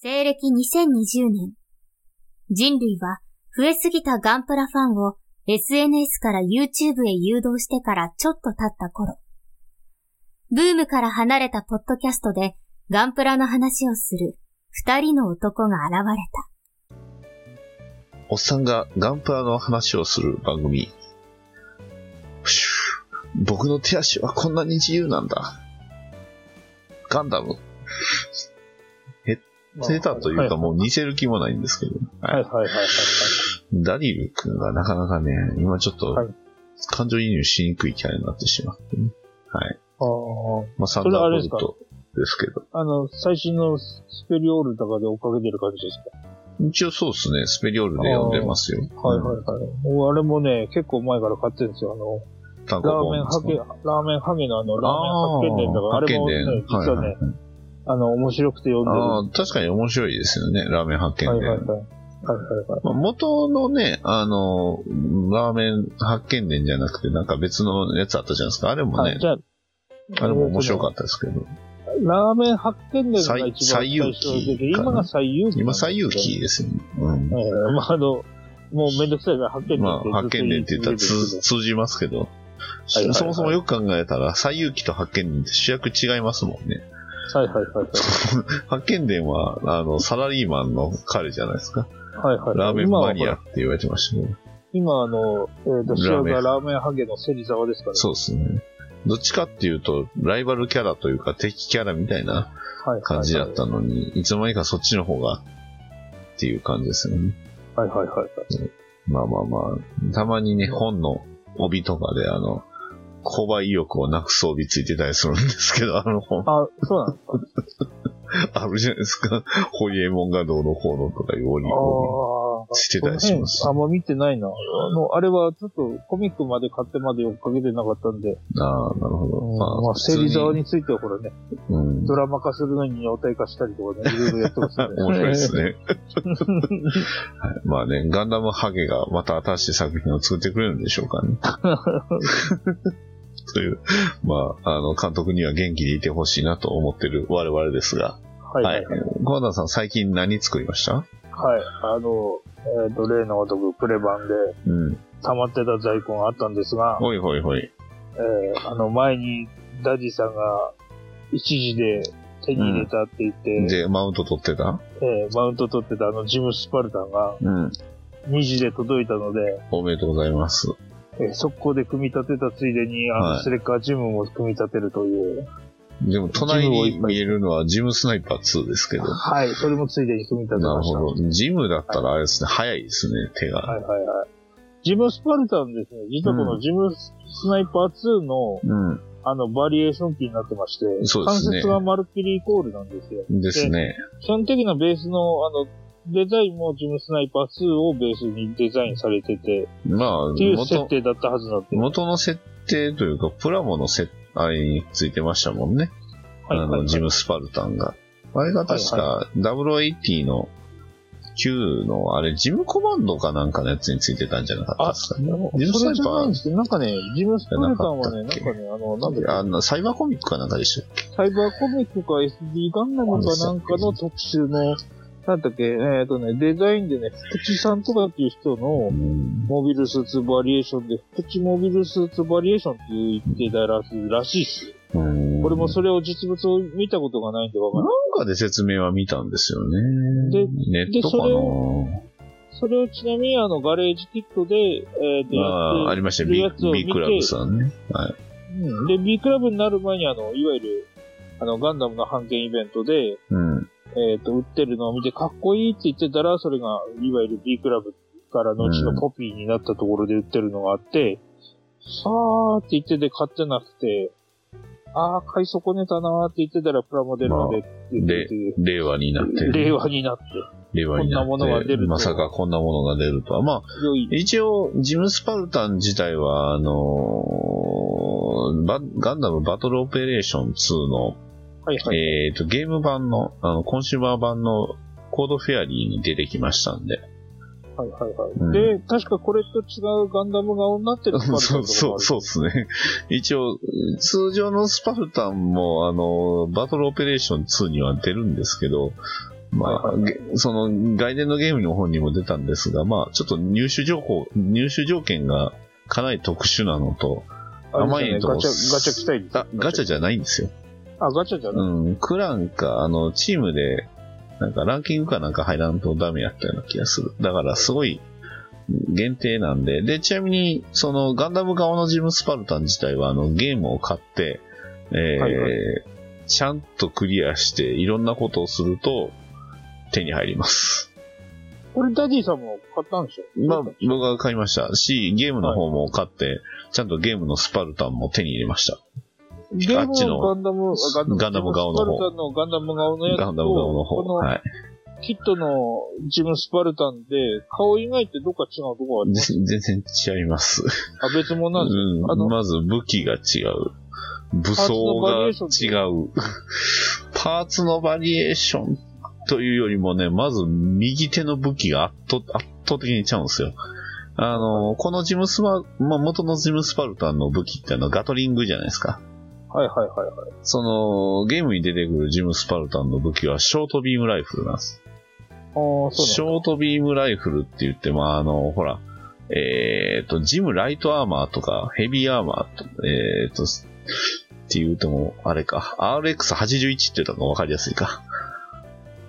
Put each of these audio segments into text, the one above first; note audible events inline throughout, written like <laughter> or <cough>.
西暦2020年。人類は増えすぎたガンプラファンを SNS から YouTube へ誘導してからちょっと経った頃。ブームから離れたポッドキャストでガンプラの話をする二人の男が現れた。おっさんがガンプラの話をする番組。ふしゅ僕の手足はこんなに自由なんだ。ガンダム。出たというかもう似せる気もないんですけど。はいはいはいはいはい。ダリル君がなかなかね、今ちょっとはい感情移入しにくいキャラになってしまってね。はい。あーまあ、サンれダはあーボれですルかトですけど。あの、最新のスペリオールとかで追っかけてる感じですか一応そうですね、スペリオールで読んでますよ。はいはいはい。もうあれもね、結構前から買ってるんですよ。あの、い。単行ラーメン本ですハねゲ、ラーメンハゲのあの、ラあーメン発見伝とか、あれもね、発実見伝ははいはいね、あの、面白くて読んでる。ああ、確かに面白いですよね、ラーメン発見はいで。はいはい。はいはいはい。まあ元のね、あの、ラーメン発見伝じゃなくて、なんか別のやつあったじゃないですか。あれもあね、じゃあ、あれも面白かっったですけど。た。ラーメン発見伝が一番最最有機最初でかな今が最有機。今、最有。機ですよね。うん。ええまああの、もうめんどくさいから発見伝まあ、発見伝って言ったらずと言い続けてるんです通けど通じますけど、いはいはいそもそもよく考えたら、最有機と発見伝って主役違いますもんね。はいはいはいはい。発見伝は、あの、サラリーマンの彼じゃないですか。はいはい、ラーメンマニア今はって言われてましたけど。今あの、えっ、ー、と、主ラー役メンがラーメンハゲの芹沢ですからね。そうですね。どっちかっていうと、ライバルキャラというか敵キャラみたいなはいはいはい感じだったのに、いつの間にかそっちの方がっていう感じですよね。はいはいはいはい。まあまあまあ、たまにね、うん本の帯とかで、あの、購買意欲をなくす帯ついてたりするんですけど、あ <laughs> の本、あ、そうなんですか。あるじゃないですか。ホリエモンがどうのこうのとかいう折ありをあ。してこたのりし辺ますあ。んま見てないな。あの、あれはちょっとコミックまで買ってまで追っかけてなかったんで、ああ、なるほど。うんまあ、芹沢に。についてはほらね、うん。ドラマ化するのに妖体化したりとかね、いろいろやってますよね。面白い <laughs> ですね。はいまあね、ガンダムハゲがまた新しい作品を作ってくれるんでしょうか <laughs> ね。という、まあ、あの、監督には元気でいてほしいなと思ってる我々ですが。はいははいい。。小田さん、最近何作りましたはい。あの、えっ、と、例のごとくプレ版でうん。溜まってた在庫があったんですが、ほいほいほい。えーあの、前にダディさんが一時で手に入れたって言って、で、マウント取ってたえーマウント取ってたあのジム・スパルタンがうん。 2時で届いたので、おめでとうございます。えー速攻で組み立てたついでに、あの、はいスレッカージムも組み立てるという。でも、隣に見えるのはジムスナイパー2ですけど。はい、それもついでに組み立てなるました。ほど。ジムだったらあれですね、早いですね、手が。はいはいはい。ジム・スパルタンですね、実はこうのジムスナイパー2の、うん。あの、バリエーション機になってまして、そうで関すね節はまるっきりイコールなんですよ。ですね。基本的なベースの、あの、デザインもジムスナイパー2をベースにデザインされてて、まあ、っていう元設、定だったはずなんで。元の設定というか、プラモの設あれについてましたもんね。はいはいあはの、いジム・スパルタンが。あれが確か、0080の9の、あれ、ジムコマンドかなんかのやつについてたんじゃなかったですかね。ジムそスナれイじゃパないんーですけど、なんかね、ジムスパルタンはね、ななんかあったっけんかね、あの、なんあだっの、サイバーコミックかなんかでしたっけけ、サイバーコミックか SD ガンダムかなんかの特集の、なんだっけ、えーっとね、デザインでね、福地さんとかっていう人のうんモビルスーツバリエーションで、福地モビルスーツバリエーションって言ってたららしいっす。うん俺もそれを実物を見たことがないんでわかなんない。かで説明は見たんですよでね。ネットかでそれなそれをちなみにあの、ガレージキットで、えー、でまやあ、あって、りましたよ。で B やつを見て B クラブさんね。はい。うん、で、B クラブになる前にあの、いわゆる、あの、ガンダムの版権イベントで、うん。えっ、と、売ってるのを見てかっこいいって言ってたら、それが、いわゆる B クラブからのちのポピーになったところで売ってるのがあって、さーって言ってて買ってなくて、あー、買い損ねたなーって言ってたらプラモデルまでって言ってて、令和になって。令和になって、令和になって。こんなものが出るとまさかこんなものが出るとは。まあ、良い。一応、ジム・スパルタン自体は、あのーバガンダムバトルオペレーション2の、はいはい。えーと、ゲーム版の、あの、コンシューマー版のコードフェアリーに出てきましたんで。はいはいはい。うんで、確かこれと違うガンダム顔になって <laughs> るそう、そう、そうでう。すね。 <laughs> 一応、通常のスパルタンも、あの、バトルオペレーション2には出るんですけど、まはあ、いはげその外伝のゲームの方にも出たんですが、まあ、ちょっと入手情報、入手条件がかなり特殊なのと、あ甘れいですとよねこガチャ、ガチャ来たいんですあ、ガチャじゃないんですよ。あ、ガチャじゃない。うん、クランか、あの、チームで、なんかランキングかなんか入らんとダメやったような気がする。だから、すごい、限定なんで。で、ちなみに、その、ガンダム側のジムスパルタン自体は、あの、ゲームを買って、えーはいはちゃんとクリアして、いろんなことをすると、手に入ります。これダディさんも買ったんでしょまあ、僕は買いましたし、ゲームの方も買って、ちゃんとゲームのスパルタンも手に入れました。ゲーあっムちののガンダム、あガンダム顔の方ジムスパルタンのガンダム顔のやつと、ガンダム側の方。こはい。のキットのジムスパルタンで、顔以外ってどっか違うとこあります全然違います。あ、別物なんですうんあのまず武器が違う。武装が違う。パーツのバリエーションというよりもね、まず右手の武器が圧倒圧倒的にちゃうんですよ。あの、このジムスパ、まあ、元のジムスパルタンの武器ってあのガトリングじゃないですか。はいはいはいはい。その、ゲームに出てくるジムスパルタンの武器はショートビームライフルなんです。ああ、そうショートビームライフルって言って、まあ、あの、ほら、えっ、と、ジムライトアーマーとか、ヘビーアーマーと、えっ、と、すって言うとも、あれか、RX81 って言ったのが分かりやすいか。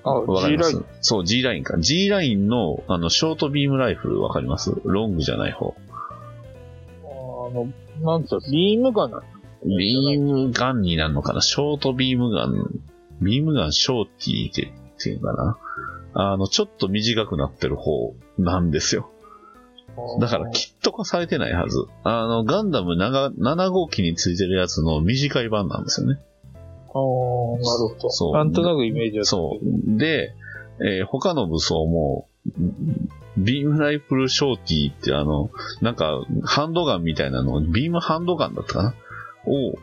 なんだ。わあ、か G りまラすイン。そう、G ラインか。G ラインの、あの、ショートビームライフル分かりますロングじゃない方。あの、なんつうの、ビームガンなビームガンになるのかなショートビームガン、ビームガンショーティーって、っていうのかなあの、ちょっと短くなってる方なんですよ。のだから、キット化されてないはず。あの、ガンダム7 7号機についてるやつの短い版なんですよね。ああ、なるほど。そうなんとなくイメージだったそう。で、えー他の武装も、ビームライフルショーティーってあの、なんか、ハンドガンみたいなのを、ビームハンドガンだったかなを、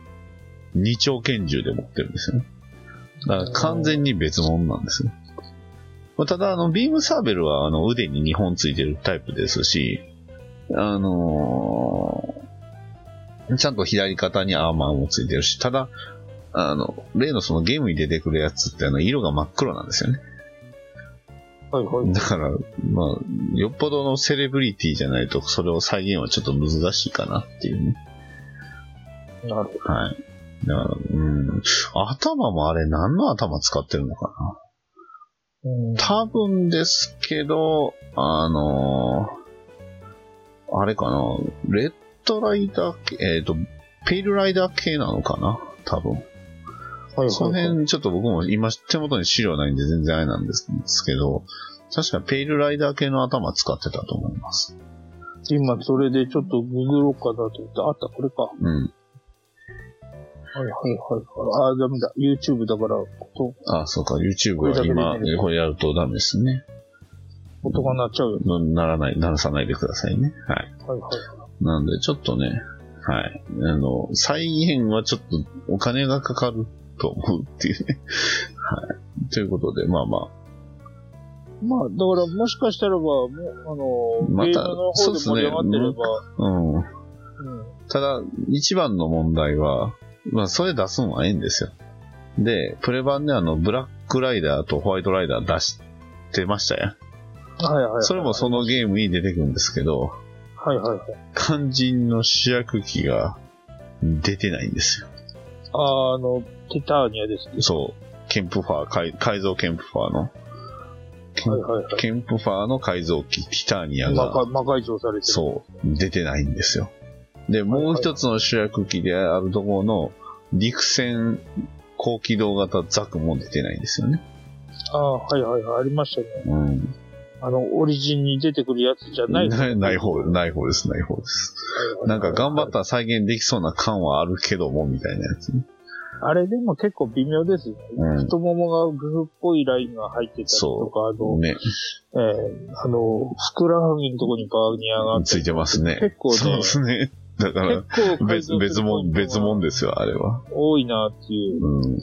二丁拳銃で持ってるんですよね。だから完全に別物なんですね。まあただ、あの、ビームサーベルは、あの、腕に2本ついてるタイプですし、あのーちゃんと左肩にアーマーもついてるし、ただ、あの、例のそのゲームに出てくるやつってあの、色が真っ黒なんですよね。はいはい。だから、まあ、よっぽどのセレブリティじゃないと、それを再現はちょっと難しいかなっていうね。なるほはい。だから、うん。頭もあれ何の頭使ってるのかなど。うん多分ですけど、あのーあれかな、レッドライダー系、えっ、と、ペイルライダー系なのかな多分。はいそのはいはい。辺、ちょっと僕も今手元に資料ないんで全然あれなんですけど、確かペイルライダー系の頭使ってたと思います。今、それでちょっとググろうかなと思って、あった、これか。うん。はいはいはいはい。ああ、ダメだ。YouTube だから、こと、あ、そうか、YouTube は今、これやるとダメですね。ことがなっちゃうよ。なならない、ならさないでくださいね。はい。はいはい。なんで、ちょっとね、はい。あの、再現はちょっとお金がかかると思うっていうね。 <laughs> はい。ということで、まあままあ、だから、もしかしたらば、もう、あの、またゲームの方で盛り上がってれば、あ、うん。うん。ただ、一番の問題は、まあ、それ出すのはええんですよ。で、プレ版であの、ブラックライダーとホワイトライダー出してましたやはいはいはい。ん。それもそのゲームに出てくるんですけど、はいはいはい。肝心の主役機が出てないんですよ。ああ、あの、テターニアですね。そう、ケンプファー、改改造ケンプファーの、ケンはいはいはい。ケンプファーの改造機、ティターニア魔が、改魔改造されてる。そう、出てないんですよ。で、もう一つの主役機であるところの、陸戦高機動型ザクも出てないんですよね。ああ、はいはいはい。ありましたね。うん。あの、オリジンに出てくるやつじゃな <laughs> い。ないない方、ない方です、ない方です。なんか頑張ったら再現できそうな感はあるけども、みたいなやつね。あれでも結構微妙ですね。うん。太ももがグーっぽいラインが入ってたりとか、あの、ね、えーあの、ふくらはぎのとこにバーニアがあってついてますね。結構ねそうですね。だから、結構別、別物、別物ですよ、あれは。多いなっていう。うん。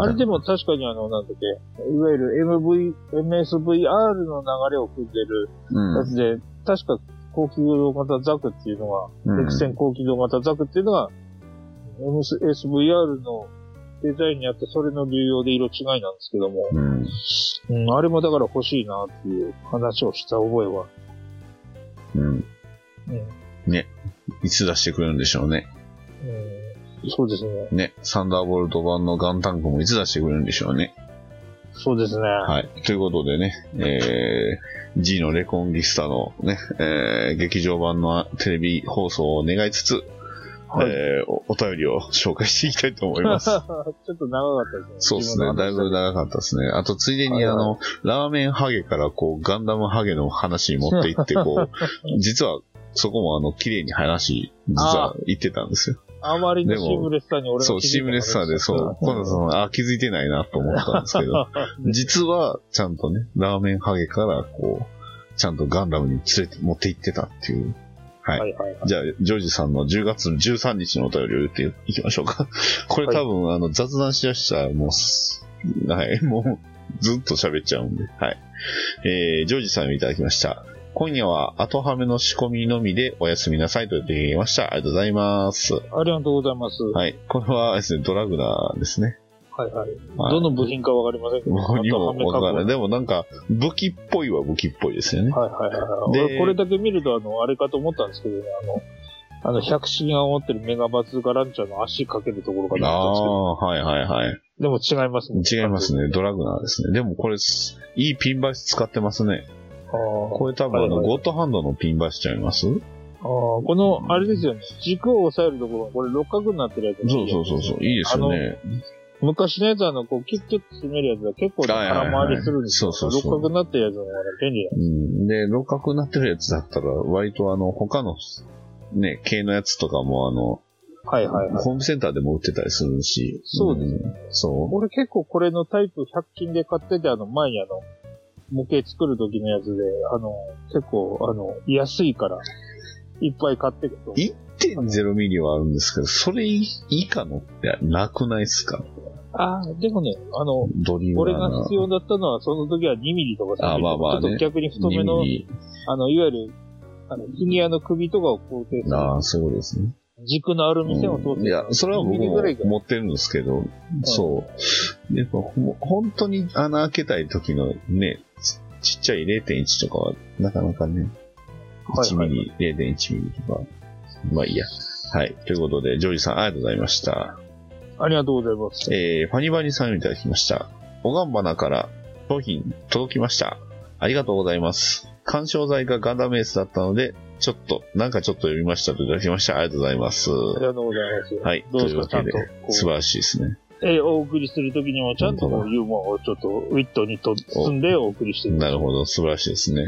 あれでも確かにあの、なんだっけ、いわゆる MV、MSVR の流れを組んでるうん、やつで、確か高機動型ザクっていうのが、うん陸戦高機動型ザクっていうのが、MS- MSVR のデザインにあって、それの流用で色違いなんですけども、うん。うん、あれもだから欲しいなっていう話をした覚えは。うん。うん。いつ出してくれるんでしょうね。うん、そうですね。ね。サンダーボルト版のガンタンクもいつ出してくれるんでしょうね。そうですね。はい。ということでね、えー、G のレコンギスタのね、えー、劇場版のテレビ放送を願いつつ、はいえーお、お便りを紹介していきたいと思います <laughs> ち。ょっと長かったですね。そうですね。だいぶ長かったですね。あと、ついではいに、はあいの、ラーメンハゲから、こう、ガンダムハゲの話に持っていって、こ <laughs> う、実は、そこも、あの、綺麗に話、実は言ってたんですよ。あまりのシームレスさに俺がそう、シームレスさで、そう、今度その、あ、気づいてないなと思ったんですけど、実は、ちゃんとね、ラーメンハゲから、こう、ちゃんとガンダムに連れて、持って行ってたっていう。ははいいはいはい。じゃあ、ジョージさんの10月13日のお便りを言っていきましょうか。 <laughs> これ多分、あの、雑談しだしたら、もうす、はい、もう、ずっと喋っちゃうんで、はい。えー、ジョージさんをいただきました。今夜は後ハメの仕込みのみでおやすみなさいと言っていただきました。ありがとうございます。ありがとうございます。ははい。これはですね、ドラグナーですね。いはい。はいどの部品かわかりませんけど、僕にもあとはめわからない。かでもなんか、武器っぽいは武器っぽいですよねぶ。はいはいはいはい。で俺これだけ見ると、あの、あれかと思ったんですけどね、あの、あの、百式が持ってるメガバズーカランチャーの足かけるところかあと思ったんですけど、あ、はいはいはい。でも違いますね。違いますね。ドラグナーですね。でもこれ、すいいピンバイス使ってますね。あー。これ多分あの、はいはいゴッドハンドのピンバイスちゃいますあーこの、あれですよね。軸を押さえるところ、これ六角になってるやつ。そうそうそうそう。いいですよね。昔のやつはあの、こう、キュッキュッと詰めるやつは結構ねはいはいはい空回りするんですよ。そうそうそう六角になってるやつの方がね、便利だ。うん。で、六角になってるやつだったら、割とあの、他の、ね、系のやつとかもあの、はいはいはい。ホームセンターでも売ってたりするし。そうですね。そ俺結構これのタイプ100均で買ってて、あの、前にあの、模型作る時のやつで、あの、結構、あの、安いから、いっぱい買ってくとい。う。1.0ミリはあるんですけど、それ以下のってなくないですかああ、でもね、あの、ドリーム俺が必要だったのは、その時は2ミリとかあーまあまあねちょっと逆に太めの、ミあの、いわゆる、あの、フィギュアの首とかを固定すリ。るああ、そういうことですね。軸のアルミ線を通うんす。いや、それは僕2ミリぐもらいが持ってるんですけど、そう。やっぱほ、本当に穴開けたい時のね、ちちっちゃい0.1とかは、なかなかね、はい1はいミリ、0.1ミリとか、まあいいや。はい。ということで、ジョージさん、ありがとうございました。ありがとうございます。えー、ファニバニさんをいただきました。おがんばなから商品届きました。ありがとうございます。干渉剤がガンダムエースだったので、ちょっと、なんかちょっと読みましたといただきました。ありがとうございます。ありがとうございます。はい。どうとでいすうか、わちゃけんとで、こ素晴らしいですね。う、えーお送りするときにも、ちゃんとこ本当うユーモアをちょっとウィットにと包んでお送りしてる。なるほど、素晴らしいですね。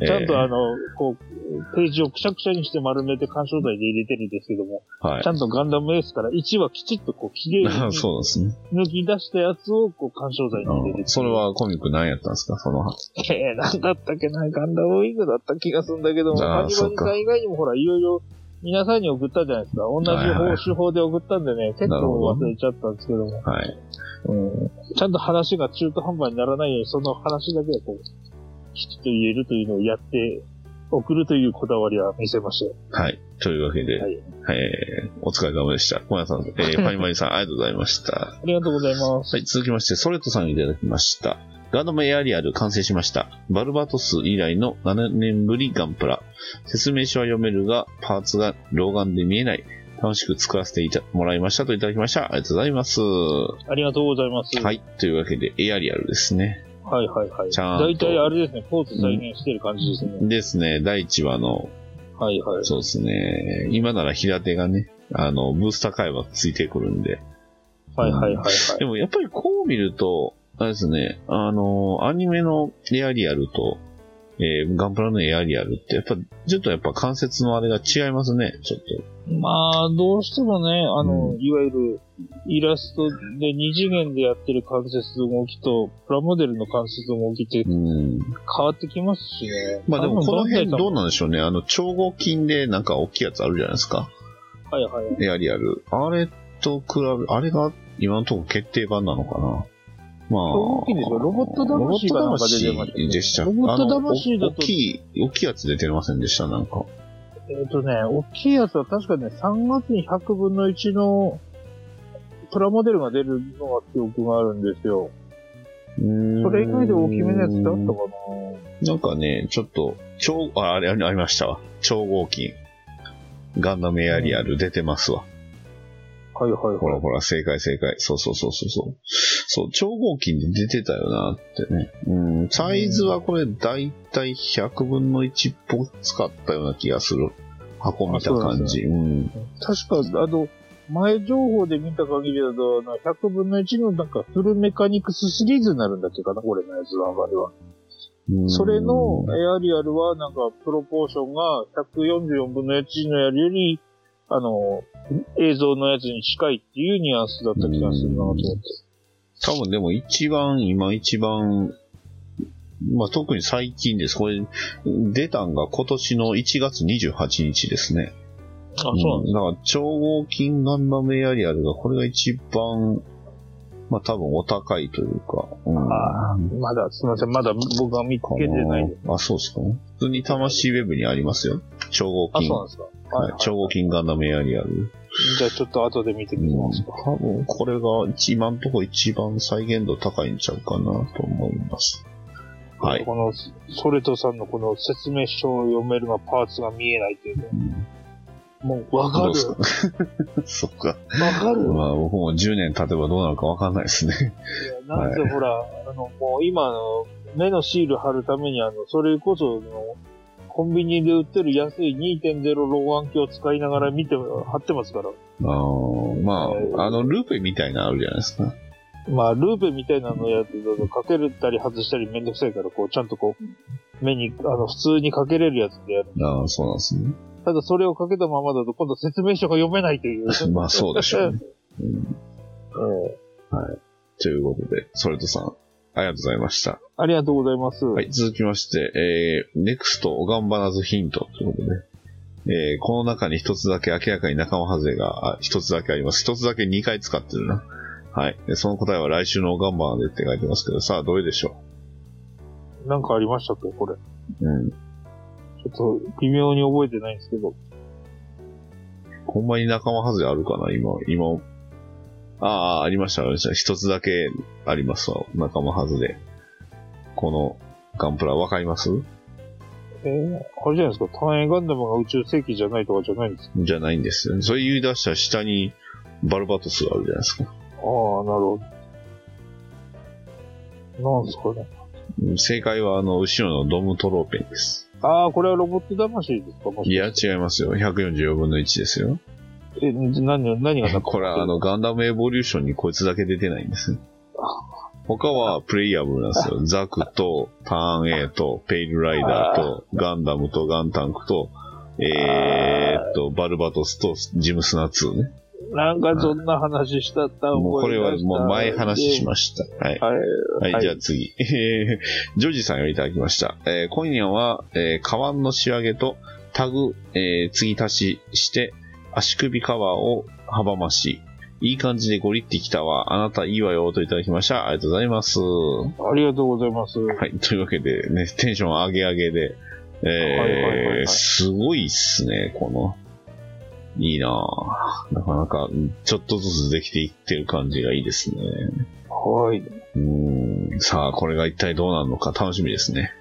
えーちゃんとあの、こう、ページをくしゃくしゃにして丸めて干渉剤で入れてるんですけども、はちゃんとガンダムエースから1話きちっとこう、綺麗にい。 <laughs> そうですね。抜き出したやつをこう、干渉剤に入れてうんる。それ。はコミック何やったんですかその、えー、なんだったっけな、ガンダムウィングだった気がするんだけども、あーカニバニさそっかん以外にもほら、いろいろ、皆さんに送ったじゃないですか。同じはいはいはい方手法で送ったんでね、結なるほ構ど忘れちゃったんですけども。はい。うんちゃんと話が中途半端にならないように、その話だけはこう、きちっと言えるというのをやって、送るというこだわりは見せましたよ。はい。というわけで、はい。えーお疲れ様でした。小屋さん、え <laughs> ー、パニマニさん、ありがとうございました。ありがとうございます。はい、続きまして、ソレトさんいただきました。ガンダムエアリアル完成しました。バルバトス以来の7年ぶりガンプラ。説明書は読めるが、パーツが老眼で見えない。楽しく作らせていたもらいましたといただきました。ありがとうございます。はありがとうございます。はい。い。というわけで、エアリアルですね。はいはいはいちゃんと大体あれですね、ポーズ再現してる感じですね。ですね、第1話の、はいはい。そうですね、今なら平手がね、あの、ブースター会話ついてくるんで。はいはいはいはい。でもやっぱりこう見ると、あれですね、あの、アニメのエアリアルと、えーガンプラのエアリアルって、やっぱ、ちょっとやっぱ関節のあれが違いますね、ちょっまあ、どうしてもね、あの、ういわゆる、イラストで二次元でやってる関節の動きと、プラモデルの関節の動きってと。うん。変わってきますしね。まあでもこの辺どうななんでしょうね、あの、超合金でなんか大きいやつあるじゃないですか、はいはい。エアリアル。あれと比べ、あれが今のところ決定版なのかな。まあ。大きいんですよ。ロボット魂がなんか出てロボッました、ト魂でしたロボット魂あだのおと大、きい、大きいやつ出てませんでした、なんか。えっ、とね、大きいやつは確かね、3月に100分の1のプラモデルが出るのが記憶があるんですよ。そそれ以外で大きめのやつってあったかななんかね、ちょっと、超、あ、あれ、ありましたわ。超合金。ガンダムエアリアル出てますわ。はいはいほはらい。ほら、正解正解。そうそうそうそうそう。そう、超合金で出てたよなってね。うん、サイズはこれだいたい100分の1っぽく使ったような気がする。箱見た感じ。うん。確か、あの、前情報で見た限りだと、あの100分の1のなんかフルメカニクスシリーズになるんだっけかな、これのやつのあれは。うんそれのエアリアルは、なんか、プロポーションが144分の1のやるより、あの、映像のやつに近いっていうニュアンスだった気がするなと思って。多分でも一番、今一番、まあ、特に最近です。これ、出たんが今年の1月28日ですね。あ、そうなんでんだから、超合金ガンダムエアリアルが、これが一番、まあ、多分お高いというか。うん、あす。まだ、すみません。まだ僕は見つかなけてないです。あ、そうですか。普通に魂ウェブにありますよ。超合あ、金。そうなんですか。はい、超合金ガンダムエアリアル。じゃあちょっと後で見てうみん、ますか。多分これが一今んとこ一番再現度高いんちゃうかなと思います。はい。この、ソレトさんのこの説明書を読めるのパーツが見えないっていうね。もう、わかどうるで。すかそっか。わかる。まあ僕も10年経てばどうなるかわかんないですね。いやなんせほら、あの、もう今あの、目のシール貼るために、あの、それこそ、あの、コンビニで売ってる安い2.0老眼鏡を使いながら見て、貼ってますから。あーまあ、あの、ルーペみたいなのあるじゃないですか。まあ、ルーペみたいなのやつだと、かけたり外したりめんどくさいから、こう、ちゃんとこう、目に、あの、普通にかけれるやつでやる。ああ、そうなんですね。ただ、それをかけたままだと、今度説明書が読めないという。 <laughs> まあそうでしょうね。うんええということで、ソレトさん、ありがとうございました。 <laughs> ありがとうございます。はい、続きまして、えー、ネクスト、おがんばなずヒントということで、えー、この中に一つだけ明らかに仲間外れがあ一つだけあります。一つだけ二回使ってるな。はい。でその答えは来週のおがんばなでって書いてますけど、さあ、どれでしょなんかありましたっけこれ。ううん。ちょっと、微妙に覚えてないんですけど。ほんまに仲間外れあるかな今、今。ああ、ありました、ありました。一つだけありますわ。仲間外れ。このガンプラわかりますえー、あれじゃないですか、単影ガンダムが宇宙世紀じゃないとかじゃないんですかじゃないんですよね。それ言い出したら下にバルバトスがあるじゃないですか。ああ、なるほど。なんですかね。うん正解はあの、後ろのドムトローペンです。ああ、これはロボット魂ですかもしいや、違いますよ。144分の1ですよ。え、何、何がなこれはあの、ガンダムエボリューションにこいつだけ出てないんですね他はプレイヤブルなんですよ。ザクと、ターン A と、ペイルライダーと、ガンダムとガンタンクと、えーっと、バルバトスとジムスナ2ね。なんかそんな話したったもうこ覚えれはもう前話しまました。はい。はい。はい、はいじゃあ次。 <laughs> えージョージさんよりいただきました。えー今夜は、えー、カバンの仕上げとタグ、えー、継ぎ足しして、足首カバーを阻まし、いい感じでゴリってきたわ。あなたいいわよ、といただきました。ありがとうございます。はありがとうございます。い、というわけでね、テンション上げ上げで、えーはいはいはいはいすごいっすね、この。いいなぁなかなか、ちょっとずつできていってる感じがいいですね。はい。うーんさあ、これが一体どうなるのか楽しみですね。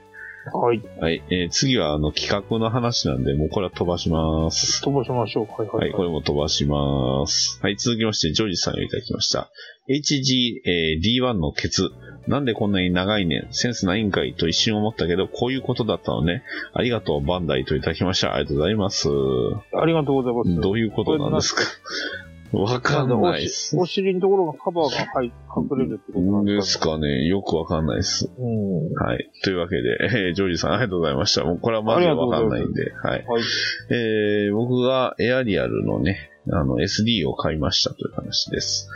はい。はい。えー次は、あの、企画の話なんで、もうこれは飛ばします。飛ばしましょう。はいは、はいい、これも飛ばします。はい、続きまして、ジョージさんをいただきました。HGD1 のケツ。なんでこんなに長いねんセンスないんかいと一瞬思ったけど、こういうことだったのね。ありがとう、バンダイといただきました。ありがとうございます。ありがとうございます。どういうことなんですかわかんないです。お尻のところがカバーが入隠れるってことなんでですすか、ね、かね。よくわかんないです。うん。はい。というわけで、えージョージさんありがとうございました。もうこれはまずわかんないんで、はい。はい。えー僕がエアリアルのね、あの、SD を買いましたという話です。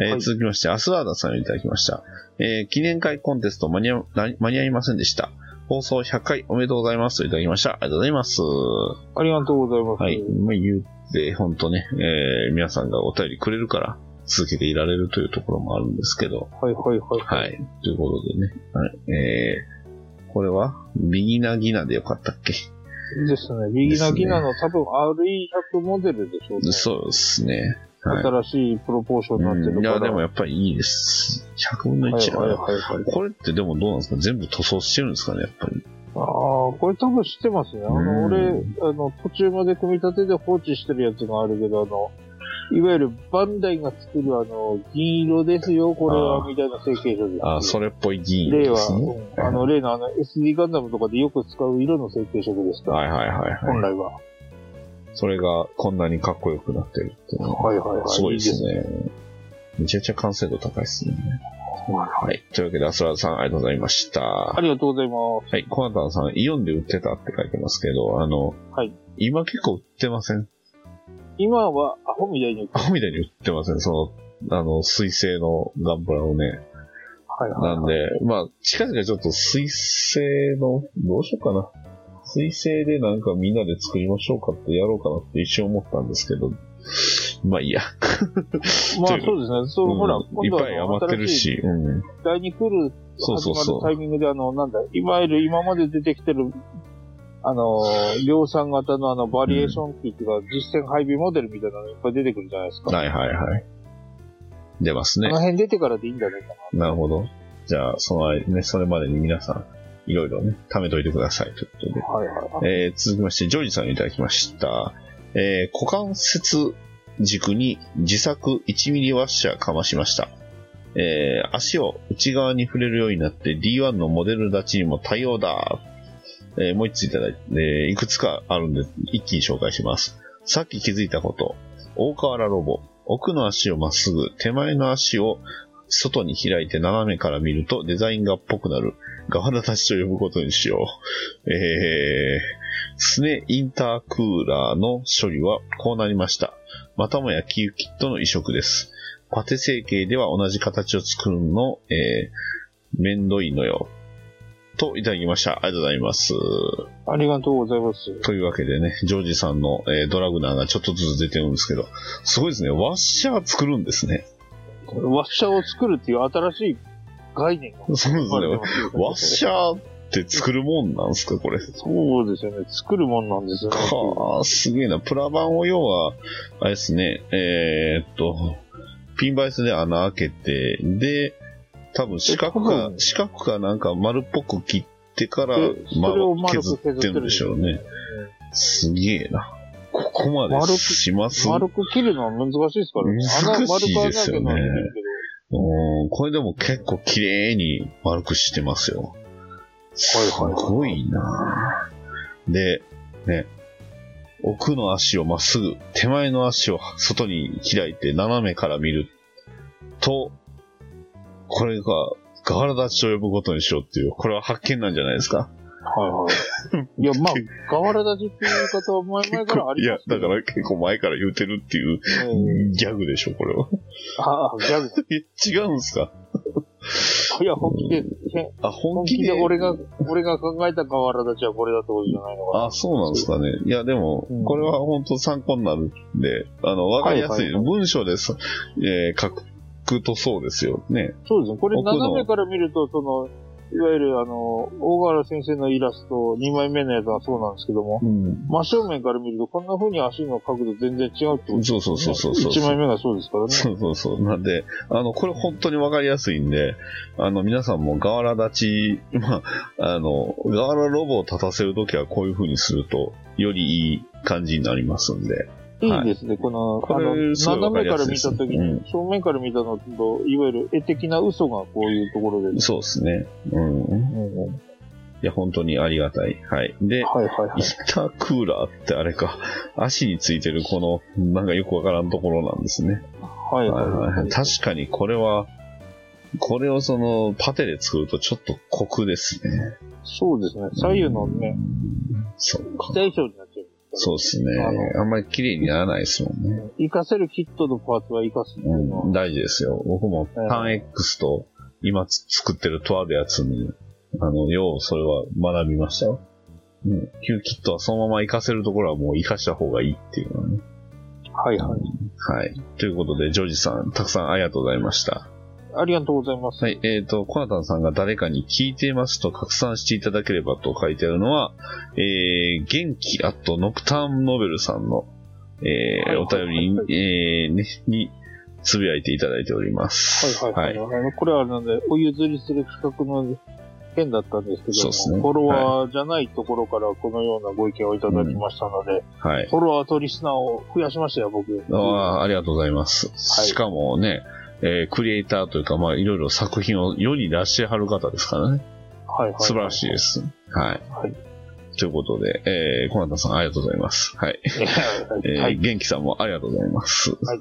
えーはい続きまして、アスワーダさんをいただきました。えー記念会コンテスト間に合な間に合いませんでした。放送100回おめでとうございますといただきました。ありがとうございます。はありがとうございます。い。まあ、言って、ほんとね、えー皆さんがお便りくれるから続けていられるというところもあるんですけど、はいはいはい。はい。ということでね。はい。えー、これは、ビギナギナでよかったっけですね。ビギナギナの多分 RE100 モデルでしょうね。そうですね。はい新しいプロポーションになってうんるいから。や、でもやっぱりいいです。100分のはい1はいは。はいはい。これってでもどうなんですか全部塗装してるんですかねやっぱり。ああ、これ多分知ってますね。あうんの、俺、あの、途中まで組み立てで放置してるやつがあるけど、あの、いわゆるバンダイが作るあの、銀色ですよ、これあは、ーみたいな成形書です。あそれっぽい銀例では、すね。うんあの、例のあの、SD ガンダムとかでよく使う色の成形色ですから、はいはいはいはい本。来は。それがこんなにかっこよくなってるっていうのは、はいはいはい。すごいですね。ね。めちゃくちゃ完成度高いですね。はい。というわけで、アスラーさん、ありがとうございました。あはりがとうございます。い。コナタンさん、イオンで売ってたって書いてますけど、あの、はい今結構売ってません <laughs> 今は、アホみたいに、アホみたいに売ってませんその、あの、水星のガンプラをね。はいはいなんで、まあ、近々ちょっと水星の、どうしようかな。水星でなんかみんなで作りましょうかってやろうかなって一瞬思ったんですけど、まあいいや。まあとそいううですね。そう、うんほら、いっ今度はぱい余ってる新しいし、うん。第2クールそうそ始うまそるうタイミングで、あの、なんだ、いわゆる今まで出てきてる、あのー、量産型のあの、バリエーション機っていうか、実践配備モデルみたいなのいっぱい出てくるじゃないですか。はいはいはい。出ますあねの。辺出てからでいいんじゃないかなるほど。じゃあ、その間ね、それまでに皆さん、いろいろね、貯めといてくださいということで。な。はいはい。えー続きまして、ジョージさんいただきました。えー股関節軸に自作1ミリワッシャーかましました。えー足を内側に触れるようになって D1 のモデル立ちにも対応だ。えーもう一ついただいて、えーいくつかあるんで、一気に紹介します。さっき気づいたこと。大河原ロボ。奥の足をまっすぐ、手前の足を外に開いて斜めから見るとデザイン画っぽくなる。ガハラ立ちと呼ぶことにしよう。えー、スネインタークーラーの処理はこうなりました。またもやキューキットの移植です。パテ成形では同じ形を作るの、えー、めんどいのよ。といただきました。ありがとうございます。ありがとうございます。というわけでね、ジョージさんの、えードラグナーがちょっとずつ出てるんですけど、すごいですね。ワッシャー作るんですね。ワッシャーを作るっていう新しい概念が。そうですね。ワッャーシャーって作るもんなんですか、これ。そうですよね。作るもんなんですよね。かあ、すげえな。プラ版を要は、あれですね、えーっと、ピンバイスで穴開けて、で、多分四角え多か、分四角かなんか丸っぽく切ってから、でまあそれを、丸削く削ってるってるんでしょうね。すげえな。ここま丸でくします丸く切るのは難しいですから難しいですよね穴丸く穴開けるのはいいんですけどうん、これでも結構綺麗に丸くしてますよ。すごいなで、ね、奥の足をまっすぐ、手前の足を外に開いて斜めから見ると、これがガラ立ちと呼ぶことにしようっていう、これは発見なんじゃないですか。はいはい。いや、まあ、 <laughs> 河原立ちっていう言い方は前々からあいりやます、だから結構前から言うてるっていうら。ギャグでしょ、これは。 <laughs> ああ、ギャグ。え違うんすかいや、本気で、あ、本本気気でで俺が、俺が考えた河原立ちはこれだってことじゃないのかな。あ、そうなんですかね。いや、でもうん、これは本当参考になるんで、あの、わかりやすはいい。はい文章です、えー書くとそうですよね。そうですね。これ奥の斜めから見ると、その、いわゆるあの、大河原先生のイラスト、2枚目のやつはそうなんですけども、うん。真正面から見ると、こんな風に足の角度全然違うってことですねそうそうそうそうそう。 1枚目がそうですからね。そうそうそう。なんで、あの、これ本当にわかりやすいんで、あの、皆さんもガワラ立ち、 <laughs> まあ、あの、ガワラロボを立たせるときはこういう風にすると、よりいい感じになりますんで。いいですね、この、これあの、すごいわか斜りめやかすらいで見すたときに、うん正面から見たのと、いわゆる絵的な嘘がこういうところで。そうですね。うん。うんうんいや、本当にありがたい。はい。で、はいはいはイいン。タークーラーってあれか、足についてるこの、なんかよくわからんところなんですね。はいはいははいいははいい、。確かにこれは、これをその、パテで作るとちょっとコクですね。そうですね、左右のね、そうか期。待賞になっちゃう。そうですねあ。あんまり綺麗にならないですもんね。活かせるキットのパーツは活かすっていうのはうん、大事ですよ。僕もうんターン X と今つ作ってるとあるやつに、あの、ようそれは学びましたよ。うん。キューキットはそのまま活かせるところはもう活かした方がいいっていうのはね。はいはい。はい。ということで、ジョージさん、たくさんありがとうございました。ありがとうございます。はい。えっ、と、コナタンさんが誰かに聞いていますと拡散していただければと書いてあるのは、えー、元気あとノクターンノベルさんのえーはいお便りに、えーね、に、つぶやいていただいております。はいはいはい。あのこれはあのね、お譲りする企画の件だったんですけどそうも、ですねフォロワーじゃないところからこのようなご意見をいただきましたので、はい。はいフォロワーとリスナーを増やしましたよ、僕。ああ、ありがとうございます。しかもね、えークリエイターというか、まあ、いろいろ作品を世に出してはる方ですからね。はいはい。素晴らしいで。す。はい。はいということで、えー、小畑さんありがとうございます。はい。 <laughs> えーはい。元気さんもありがとうございます。はい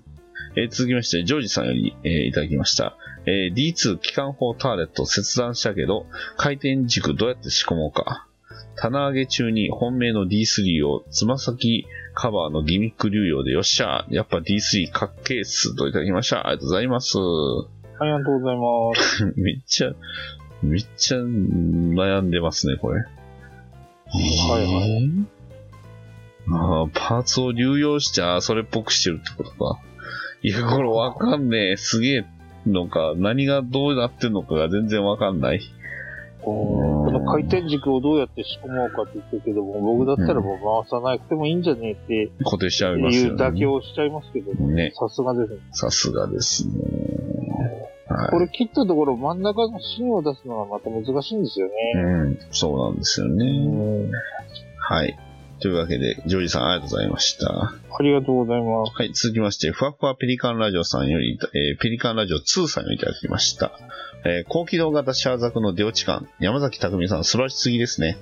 えー続きまして、ジョージさんより、えーいただきました。えー D2 機関砲ターレット切断したけど、回転軸どうやって仕込もうか。棚上げ中に本命の D3 をつま先カバーのギミック流用でよっしゃやっぱ D3 かっけーっすといただきました。ありがとうございます。はい、ありがとうございます。めっちゃ、めっちゃ悩んでますね、これ。。はいはいああ、パーツを流用して、ああ、それっぽくしてるってことか。いや、これわかんねえ。すげえのか、何がどうなってんのかが全然わかんない。この回転軸をどうやって仕込もうかって言ってるけども、僕だったらもう回さなくてもいいんじゃねえって固定しちゃいますいようね。妥協をしちゃいますけど、ね、さすがですね。さすがですね。こはれ切ったところ真ん中の芯を出すのがまた難しいんですよい。うね。ん、そうなんですよね。はい。というわけで、ジョージさんありがとうございました。ありがとうございます。はい、続きまして、ふわふわペリカンラジオさんより、えーペリカンラジオ2さんよりいただきました。えー高機動型シャーザクの出落ち感、山崎匠さん素晴らしすぎですね。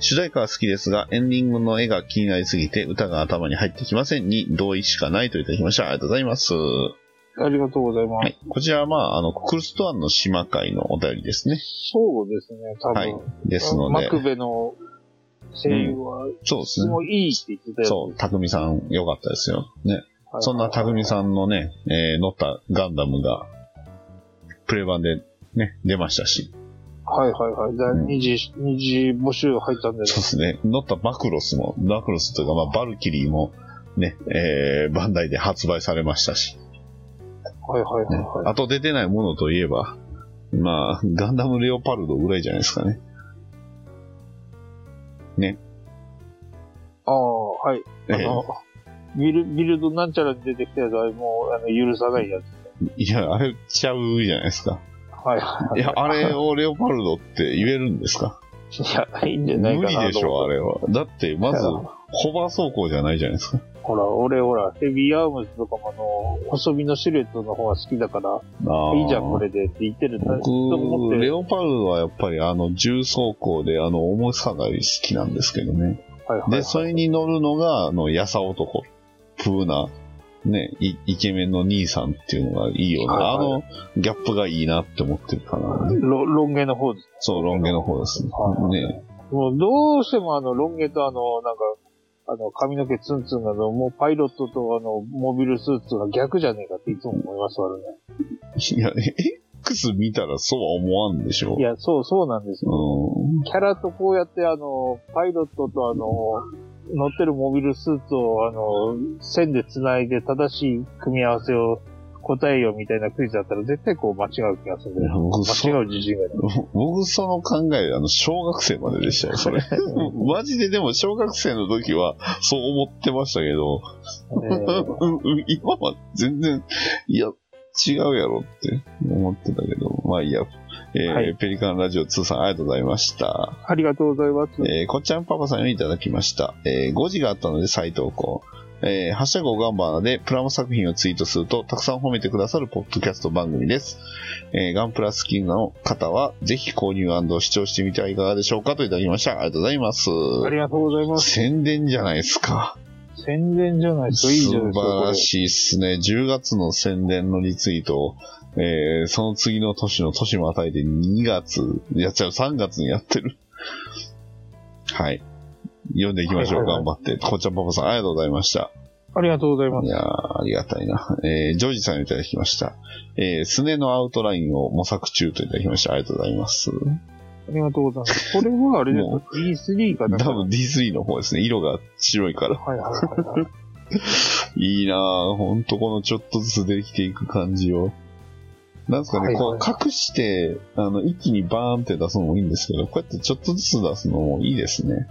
主題歌は好きですが、エンディングの絵が気になりすぎて、歌が頭に入ってきませんに同意しかないといただきました。ありがとうございます。はありがとうございます。い、こちらは、まあ、あの、ククルストアンの島会のお便りですね。そうですね、多分。はい。ですのマでク、ベの声優は、そうで質すね。もいいって言ってたよ、そう、匠さん良かったですよ。ね。はいそんな匠さんのね、えー乗ったガンダムが、プレ版でね、出ましたし、はいはいはい。だうん二次、二次募集入ったんでそうですね、乗ったバクロスも、バクロスというか、まあ、バルキリーも、ね、えーバンダイで発売されましたし、はいはいはいねはい。あと出てないものといえば、まあ、ガンダムレオパルドぐらいじゃないですかね。ああ、はい。えあの、ビル、ビルドなんちゃらに出てきたやつはもう、あの、許さないやつ。いや、あれちゃうじゃないですか。はいはいや、あれをレオパルドって言えるんですかい。いや、いいんじゃないか無な理でしょ、あれ。れは。だって、まず、ホバー走行じゃないじゃないですか。ほら、俺ほら、ヘビーアームズとかもあの、細身のシルエットの方が好きだから、あーいいじゃん、これでって言ってるんだと思っ僕、てレ。オパルドはやっぱりあの重装甲であの重さが好きなんですけどね。はいはい。で、それに乗るのが、あの、やさ男、風な、ね、いイケメンの兄さんっていうのがいいよね。はいあはの、ギャップがいいなって思ってるかな。ロロン毛の方です。そう、ロン毛の方ですね。はいねもうどうしてもあの、ロン毛とあの、なんか、あの、髪の毛ツンツンなど、もうパイロットとあの、モビルスーツが逆じゃねえかっていつも思いますわね。いや、X 見たらそうは思わんでしょいや、そうそうなんですよ。うキャラとこうやってあの、パイロットとあの、乗ってるモビルスーツをあの、線で繋いで正しい組み合わせを答えようみたいなクイズだったら絶対こう間違う気がするん。んいだやよ。僕、そ間違う自信がない。僕、その考え、あの、小学生まででしたよ、そ <laughs> れ。マジで、でも、小学生の時は、そう思ってましたけど、 <laughs> えうんうん今は全然、いや、違うやろって思ってたけど、まあいいや、えーはいペリカンラジオ2さんありがとうございました。ーありがとうございます。えーこっちゃんパパさんよりいただきました。えー、5時があったので再投稿。えー、ハッシュタグおがんばなでプラモ作品をツイートするとたくさん褒めてくださるポッドキャスト番組です。えー、ガンプラ好きの方はぜひ購入視聴してみてはいかがでしょうかといただきました。ありがとうございます。ありがとうございます。宣伝じゃないですか。宣伝じゃないですか。いいじゃな素いですか。晴らしいっすね。10月の宣伝のリツイートを、えー、その次の年の年も与えて2月、やっちゃう、3月にやってる。はい。読んでいきましょう、はいはいは頑い張って。こっちゃんパパさん、ありがとうございました。ありがとうございまいす。やー、ありがたいな。えー、ジョージさんいただきました。えー、すねのアウトラインを模索中といただきました。ありがとうございます。ありがとうございます。これはあれですもか ?D3 か多なんか。分 D3 の方ですね。色が白いから。はいはいはいはい。いいなぁ、ほんとこのちょっとずつできていく感じを。なんですかね、はいこう、隠して、あの、一気にバーンって出すのもいいんですけど、こうやってちょっとずつ出すのもいいですね。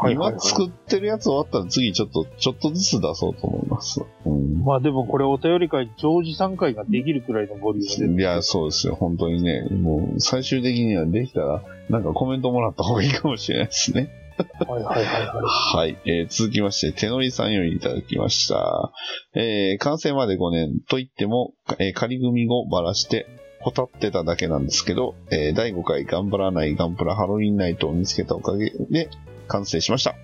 はいはいはい今作ってるやつ終わったら次ちょっと、ちょっとずつ出そうと思います。うん。まあでもこれお便り会、常時3回ができるくらいのボリュームで。いや、そうですよ。本当にね、もう、最終的にはできたら、なんかコメントもらった方がいいかもしれないですね。はいはいはいはい。はい、えー続きまして、手乗りさんよりいただきました。えー完成まで5年と言っても、えー仮組をばらして、ほたってただけなんですけど、えー第5回頑張らないガンプラハロウィンナイトを見つけたおかげで完成しました。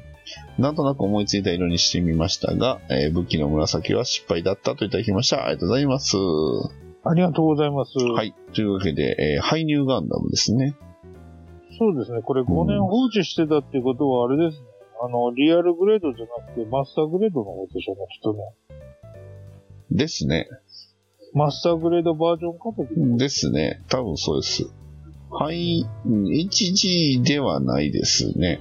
なんとなく思いついた色にしてみましたが、えー武器の紫は失敗だったといただきました。ありがとうございます。ありがとうございます。はい。というわけで、えー、ハイニューガンダムですね。そうですね。これ5年放置してたっていうことはあれですね。あの、リアルグレードじゃなくて、マスターグレードの方でしょうね、きっとね。ですね。マスターグレードバージョンかとき。ですね。多分そうです。はい、うん HG ではないですね。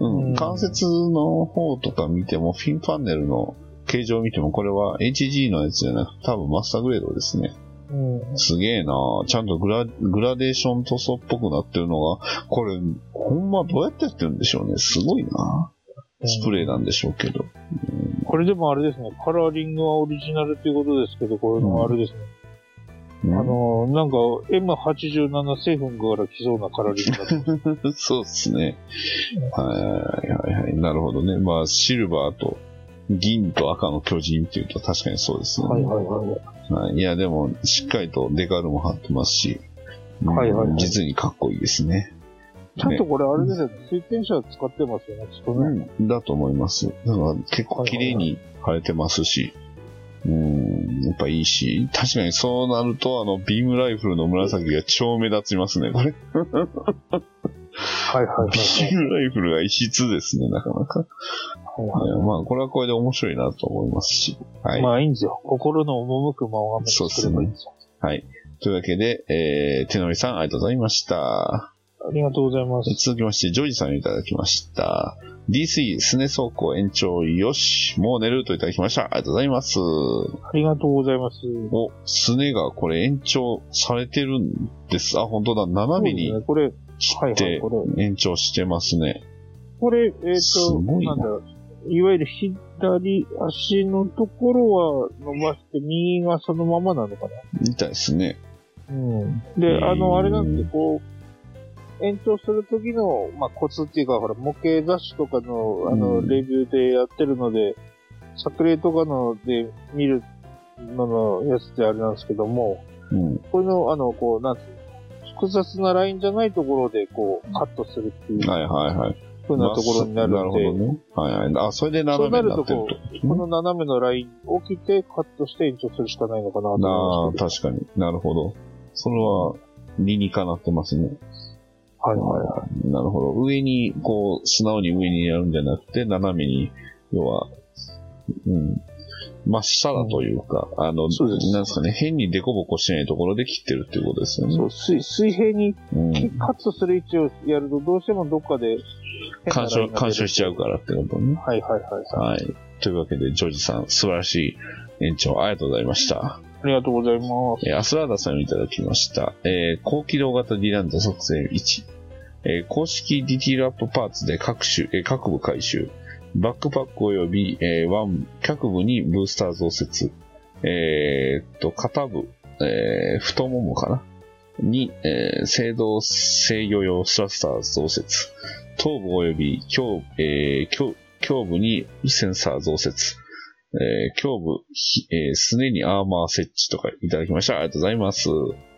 う。うんん関節の方とか見ても、フィンパンネルの形状を見ても、これは HG のやつじゃなくて、多分マスターグレードですね。うん。すげえなちゃんとグラグラデーション塗装っぽくなってるのが、これ、ほんまどうやってやってるんでしょうね。すごいなスプレーなんでしょうけど。これでもあれですね。カラーリングはオリジナルっていうことですけど、これもあれですね。うんあの、なんか M87 セフンから来そうなカラーリングだった。そうですね。はいはいはい。なるほどね。まあ、シルバーと銀と赤の巨人っていうと確かにそうですね。 <laughs> はいはいはい。はいいや、でも、しっかりとデカールも貼ってますし、うんはいはいはい実にかっこいいですね。ちゃんとこれあれですよね。水転車使ってますよね、きっとね。うん、だと思います。なんか結構綺麗に生えてますし、うん、やっぱいいし、確かにそうなると、あの、ビームライフルの紫が超目立ちますね、これ。はいはいはいビームライフルが異質ですね、なかなか。 <laughs> はい。はいまあ、これはこれで面白いなと思いますし。はい。まあいいんですよ。心の赴くままを作ればいいんですよ。はい。というわけで、えー、手のりさん、ありがとうございました。ありがとうございます。続きまして、ジョージさんをいただきました。D3 すね走行延長よし、もう寝るといただきました。ありがとうございます。お、ありがとうございます。すねがこれ延長されてるんです。あ、本当だ、斜めそうですにねこれ、切はっいはい、てこれ。延長してますね。これ、えっ、すと、ごいななんだろう。いわゆる左足のところは伸ばして、右がそのままなのかみたいですね。な。うん。へで、ーあの、あれなんで、こう、延長する時の、まあ、コツっていうか、ほら、模型雑誌とかの、あうの、んレビューでやってるので、作例とかので見るののやつってあれなんですけども、うん。これの、あの、こう、なんつうの複雑なラインじゃないところで、こう、カットするっていうはいはいはい。ふうなところになるなるんほどで、ね。はいはい。あ、それで斜めになってるそうなとる。この斜めのラインを切ってカットして延長するしかないのかなとあ思あ、います確かに。なるほど。それは、理にかなってますね。けど。はいはいはい。い。なるほど。上に、こう、素直に上にやるんじゃなくて、斜めに、要は、うん。まっさらというか、あの、そうですなんですかね、変にデコボコしてないところで切ってるっていうことですよね。そう、水水平にうん。カットする位置をやると、どうしてもどっかで変干なライ渉、ンが出る、干渉しちゃうからってことね。はいはいはい。はい。というわけで、ジョージさん、素晴らしい延長、ありがとうございました。ありがとうございます。えーアスラーダさんをいただきました。えー高機動型ディランザ作戦1。えー公式ディティールアップパーツで各種、えー各部回収。バックパック及び、えーワン、各部にブースター増設。えーっと、肩部、えー太ももかなに、えー、制動制御用スラスター増設。頭部及び胸,、えー胸胸部にセンサー増設。えー胸部、ひえーすねにアーマー設置とかいただきました。ありがとうございます。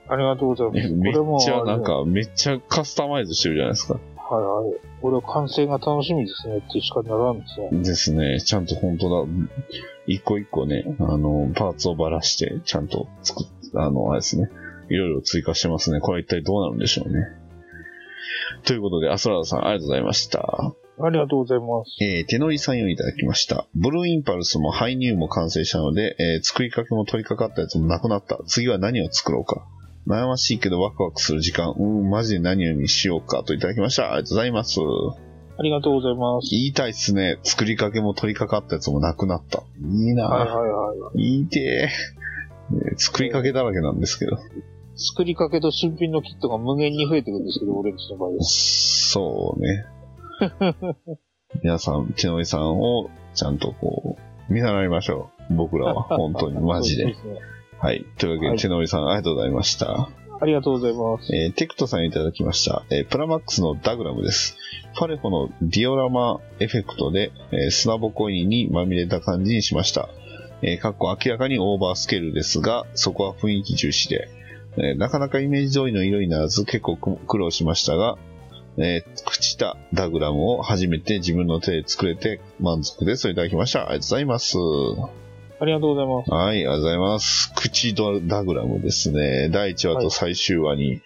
ありがとうございまえす。めっちゃ、あれなんか、めっちゃカスタマイズしてるじゃないですか。はいはい。これは完成が楽しみですねってしかならんですね。ですね。ちゃんと本当だ。一個一個ね、あの、パーツをばらして、ちゃんと作っ、あの、あれですね。いろいろ追加してますね。これは一体どうなるんでしょうね。ということで、アスラーダさん、ありがとうございました。ありがとうございます。えー手乗りさんよりいただきました。ブルーインパルスもハイニューも完成したので、えー作りかけも取り掛かったやつもなくなった。次は何を作ろうか。悩ましいけどワクワクする時間。うーん、マジで何にしようかといただきました。ありがとうございます。ありがとうございます。言いたいっすね。作りかけも取り掛かったやつもなくなった。いいはいなぁはいはい。言いてえー作りかけだらけなんですけど。作りかけと新品のキットが無限に増えてくるんですけど、俺んちの場合は。そうね。皆さん、手のりさんをちゃんとこう、見習いましょう。僕らは、本当に、マジそうで。すねはい。というわけで、はい手のりさん、ありがとうございました。ありがとうございます。えーテクトさんいただきました、えープラマックスのダグラムです。パレホのディオラマエフェクトで、えー砂ぼこりにまみれた感じにしました。えーかっこ明らかにオーバースケールですが、そこは雰囲気重視で、えーなかなかイメージ通りの色にならず結構く苦労しましたが、えー、朽ちたダグラムを初めて自分の手で作れて満足です。いただきました。ありがとうございます。ありがとうございます。はい、ありがとうございます。口ドダグラムですね。第1話と最終話に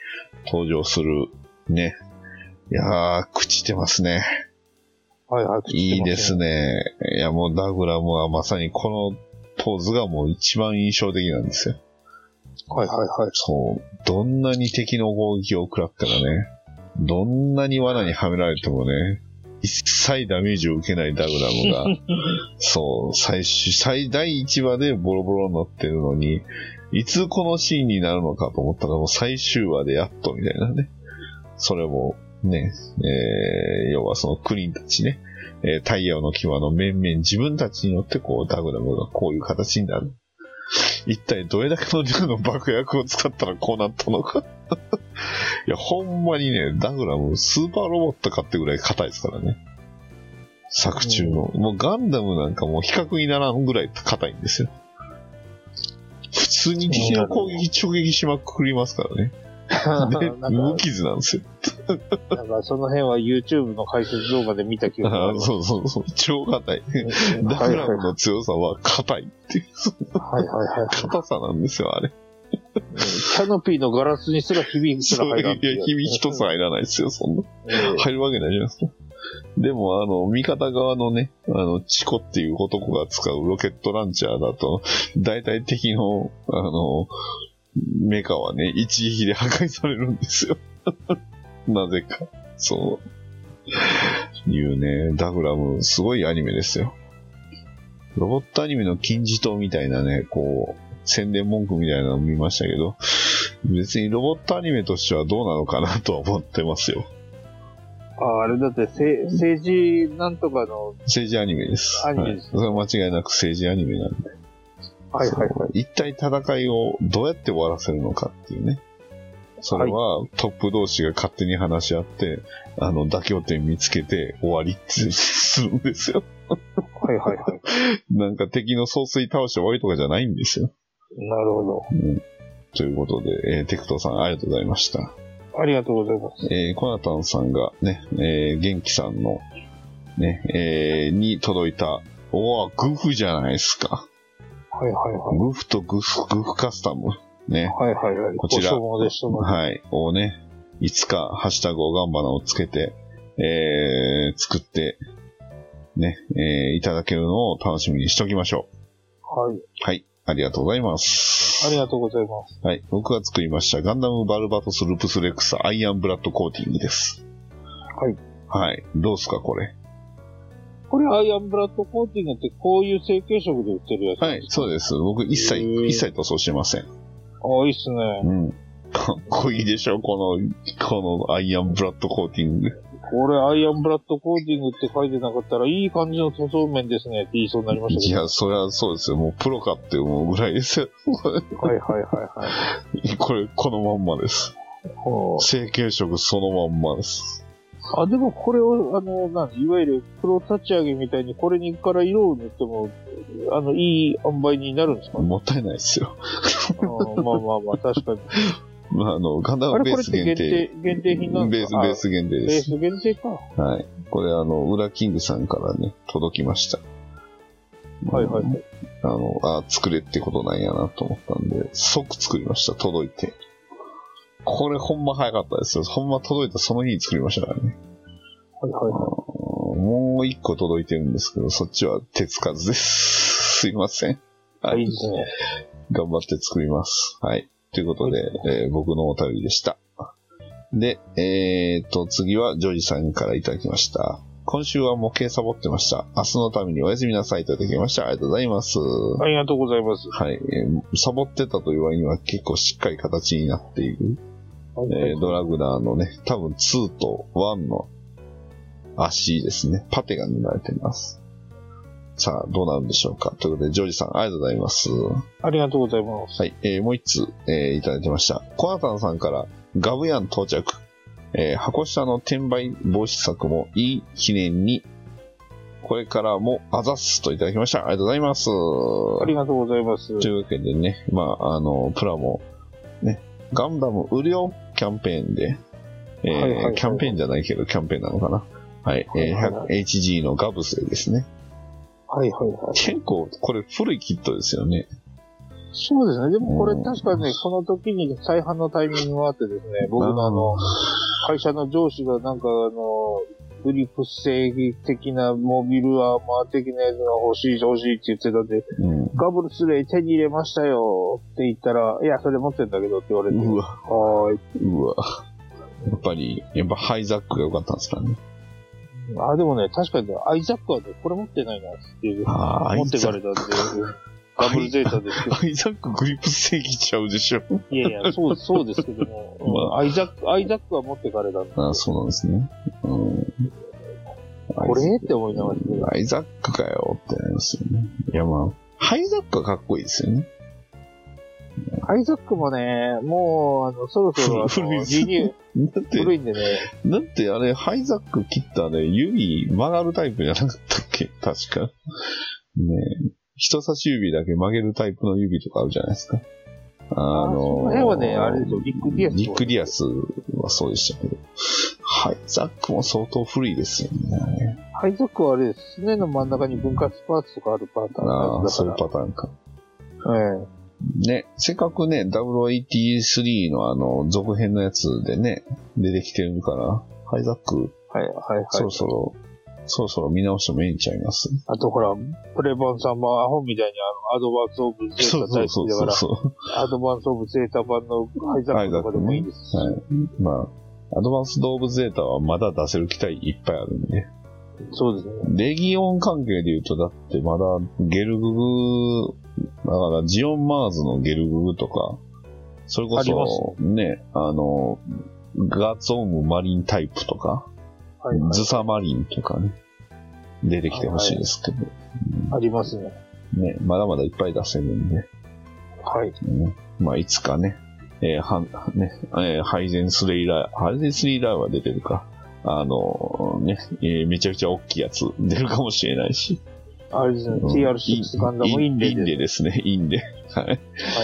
登場する、ね。いやー、朽ちてますね。はいはい。いいですね。いや、もうダグラムはまさにこのポーズがもう一番印象的なんですよ。はいはいはい。そう。どんなに敵の攻撃を食らったらね、どんなに罠にはめられてもね、一切ダメージを受けないダグラムが、そう、最終、最第1話でボロボロになってるのに、いつこのシーンになるのかと思ったらもう最終話でやっとみたいなね。それも、ね、えー、要はそのクリンたちね、えー太陽の際の面々自分たちによってこうダグラムがこういう形になる。一体どれだけの量の爆薬を使ったらこうなったのか。 <laughs> いや、ほんまにね、ダグラム、スーパーロボットかってぐらい硬いですからね。作中の。もうガンダムなんかもう比較にならんぐらい硬いんですよ。普通に敵の攻撃直撃しまくりますからね。でな、無ん傷なんですよ。か、なんかその辺は YouTube の解説動画で見た記憶がああーりま <laughs> す。そうそうそう。超硬い。 <laughs> うんダはいグはラいムの強さは硬いっていう、はいはいはい。硬さなんですよ、あれ。うんキャノピーのガラスにすらひびすそらう入いらやんっ <laughs> ていう、君一つ入らないですよ、そんな。うん入るわけないじゃないですか。でも、あの、味方側のね、あの、チコっていう男が使うロケットランチャーだと、大体敵の、あの、メカはね、一撃で破壊されるんですよ。 <laughs> なぜか。そう。いうね、ダグラム、すごいアニメですよ。ロボットアニメの金字塔みたいなね、こう、宣伝文句みたいなの見ましたけど、別にロボットアニメとしてはどうなのかなとは思ってますよ。ああれだって、せ政治なんとかの、政治アニメです。アニメですはい、それは間違いなく政治アニメなんで。はいはいそはう一体戦いをどうやって終わらせるのかっていうね。それはトップ同士が勝手に話し合って、あの、妥協点見つけて終わりってするんですよ。い。はいはいはい。 <laughs> なんか敵の総帥倒して終わりとかじゃないんですよ。なるほうん、ということで、えーテクトさんありがとうございました。ど。ありがとうございます。えーコナタンさんがね、えー元気さんの、ね、えーに届いた、おーグフじゃないですか。はいはいはい。グフとグフ、グフカスタム。ね。はいはいはい。こちらご所望でしたもんはい。をね、いつか、ハッシュタグおがんばなをつけて、えー作って、ね、えーいただけるのを楽しみにしておきましょはい。う。はい。ありがとうございます。ありがとうございます。はい。僕が作りましたガンダムバルバトスルプスレックスアイアンブラッドコーティングです。はい。はい。どうすか、これ。これ、アイアンブラッドコーティングって、こういう成形色で売ってるやつ。はい、そうです。僕一切へ、ー一切塗装してません。ああ、いいっすね。うん。かっこいいでしょ、この、このアイアンブラッドコーティング。これ、アイアンブラッドコーティングって書いてなかったら、いい感じの塗装面ですねって言いそうになりましたいけや、そりゃそうですよ。もうプロかって思うぐらいですよ。 <laughs> ど。はいはいはいはい。これ、このまんまです。ほう成形色そのまんまです。あ、でもこれを、あの、なんいわゆるプロ立ち上げみたいに、これにから色を塗っても、あの、いい塩梅になるんですかね。もったいないですよ。あーまあまあまあ、確 <laughs> かに。まあ、あの、ガンダあムれ、ベこーれっスて限限定。定、限定品なんベでーすス、かベース限定あでベーす。ス限定か。はい。これ、あの、裏キングさんからね、届きました。はいはいはい。あの、あ、作れってことなんやなと思ったんで、即作りました、届いて。これほんま早かったですよ。ほんま届いたその日に作りましたからね。はいはいあーもう一個届いてるんですけど、そっちは手つかずです。すいません。は。はいいいいで。すね。頑張って作ります。はい。ということで、えー僕のお便りでした。で、えー、と、次はジョージさんからいただきました。今週は模型サボってました。明日のためにおやすみなさいといただきました。ありがとうございます。ありがとうございます。はい。えーサボってたという割には結構しっかり形になっている、えードラグナーのね、多分2と1の足ですね。パテが塗られています。さあ、どうなるんでしょうか。ということで、ジョージさん、ありがとうございます。ありがとうございます。はい、えーもう一通、えーいただきました。コナタンさんから、ガブヤン到着。えー箱下の転売防止策もいい記念に、これからもあざっすといただきました。ありがとうございます。ありがとうございます。というわけでね、まあ、あの、プラも、ね、ガンダム無料キャンペーンで、えーはいはいはいキャンペーンじゃないけど、キャンペーンなのかな。はい、えーはいは 100HG のガブスですね。はいはいはい。結構、これ古いキットですよね。そうですね。でもこれうん確かね、この時に再販のタイミングがあってですね、僕のあの、会社の上司がなんかあの、グリプ正義的なモビルアーマー的なやつが欲しい欲しいって言ってたんで、うん。ガブルスレイ手に入れましたよって言ったら、いや、それ持ってんだけどって言われて、うわ、はーいうわ。やっぱり、やっぱハイザックが良かったんですかね。あ、でもね、確かにね、アイザックはね、これ持ってないなっていう。ああ、持ってかハイザれたんで、ガブルゼータですけどック。ハイザックグリップ正義ちゃうでしょ。いやいや、そう、そうですけど <laughs> も、うんまアイザック、アイザックは持ってかれたんで、ああ、そうなんですね。うん。これって思いながら、ハイザックかよってなりますよね。いやまあ、ハイザックはかっこいいですよね。アイザックもね、もう、あの、そろそろ、あ古いの、です輸入、だって、古いんでね、だってあれ、ハイザック切ったね、指曲がるタイプじゃなかったっけ確か。ねえ人差し指だけ曲げるタイプの指とかあるじゃないですか。あのあその辺はねあれですよビッグディアスとかビッグディアスはそうでしたけど。ハイザックも相当古いですよね。アイザックはあれです、すねの真ん中に分割パーツとかあるパターンあのあ、やつそういだうかパターンか。ら、ええね、せっかくね、083のあの、続編のやつでね、出てきてるから、ハイザック、はい、はい、はい。そろそろ、そろそろ見直してもええんちゃいますあとほら、プレバンさんもアホみたいにあの、アドバンスオブゼそうータそ大うそう好きだから、そう。アドバンスオブゼータ版のアイザックとかでもいいですし。はい。まあ、アドバンスドーブゼータはまだ出せる機体いっぱいあるんで。そうですね。レギオン関係で言うと、だってまだゲルググ、だからジオンマーズのゲルググとか、それこありますそ、ね、あの、ガツオムマリンタイプとか、はい、はい。ズサマリンとかね、出てきてほしいですけど、ありますね。ね、まだまだいっぱい出せるんで、はい。ねまあ、いつかね、えーはねえーハイゼンスレイラー、ハイゼンスレイラーは出てるか。あのね、えーめちゃくちゃ大きいやつ出るかもしれないし。あれですね、TR6 ガンダムインレイインでデですね、インデ。はい。す。はい